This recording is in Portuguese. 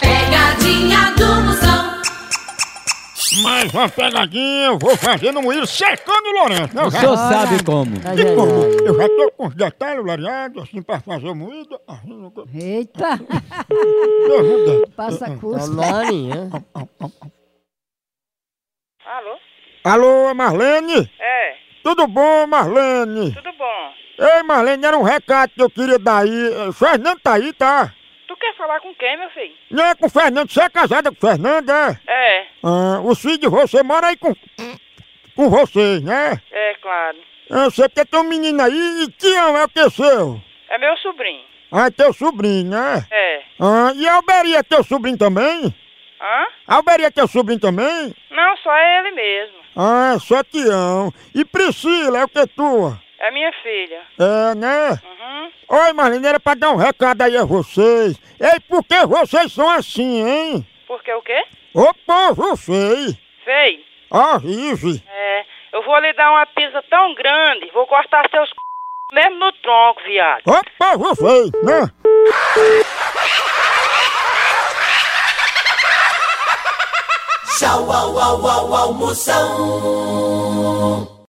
Pegadinha do Moção. Mais uma pegadinha, eu vou fazer no moinho secando o Lourenço. né? Eu O já- senhor sabe como. Ai, ai, Como? ai. Eu já tô com os detalhes lareados, assim, pra fazer moída. assim, não tô- Eita, Me ajuda. passa cuspa. Lani, hein? Alô? Alô, Marlene? É, Tudo bom, Marlene? tudo bom. Ei, Marlene, era um recado que eu queria dar aí. Eh, O Fernando tá aí, tá? Tu quer falar com quem, meu filho? Não é com o Fernando, você é casada com o Fernando, é? É, Ah, os filhos de você moram aí com... Com vocês, né? é claro. Eu sei que tem um menino aí e que é o que é seu? É meu sobrinho. Ah, é teu sobrinho, né? É. Ah, e Alberia é teu sobrinho também? Hã? Alberia é teu sobrinho também? Não, só é ele mesmo. Ah, só Tião. E Priscila, é o que é tua? É minha filha. É, né? Uhum. Oi, Marlene, era pra dar um recado aí a vocês. Ei, por que vocês são assim, hein? Porque o quê? Ô povo feio, Feio. horrível. É, eu vou lhe dar uma pisa tão grande, vou cortar seus c... mesmo no tronco, viado. Ô povo feio, né? Tchau, au, au, au, au, Moção.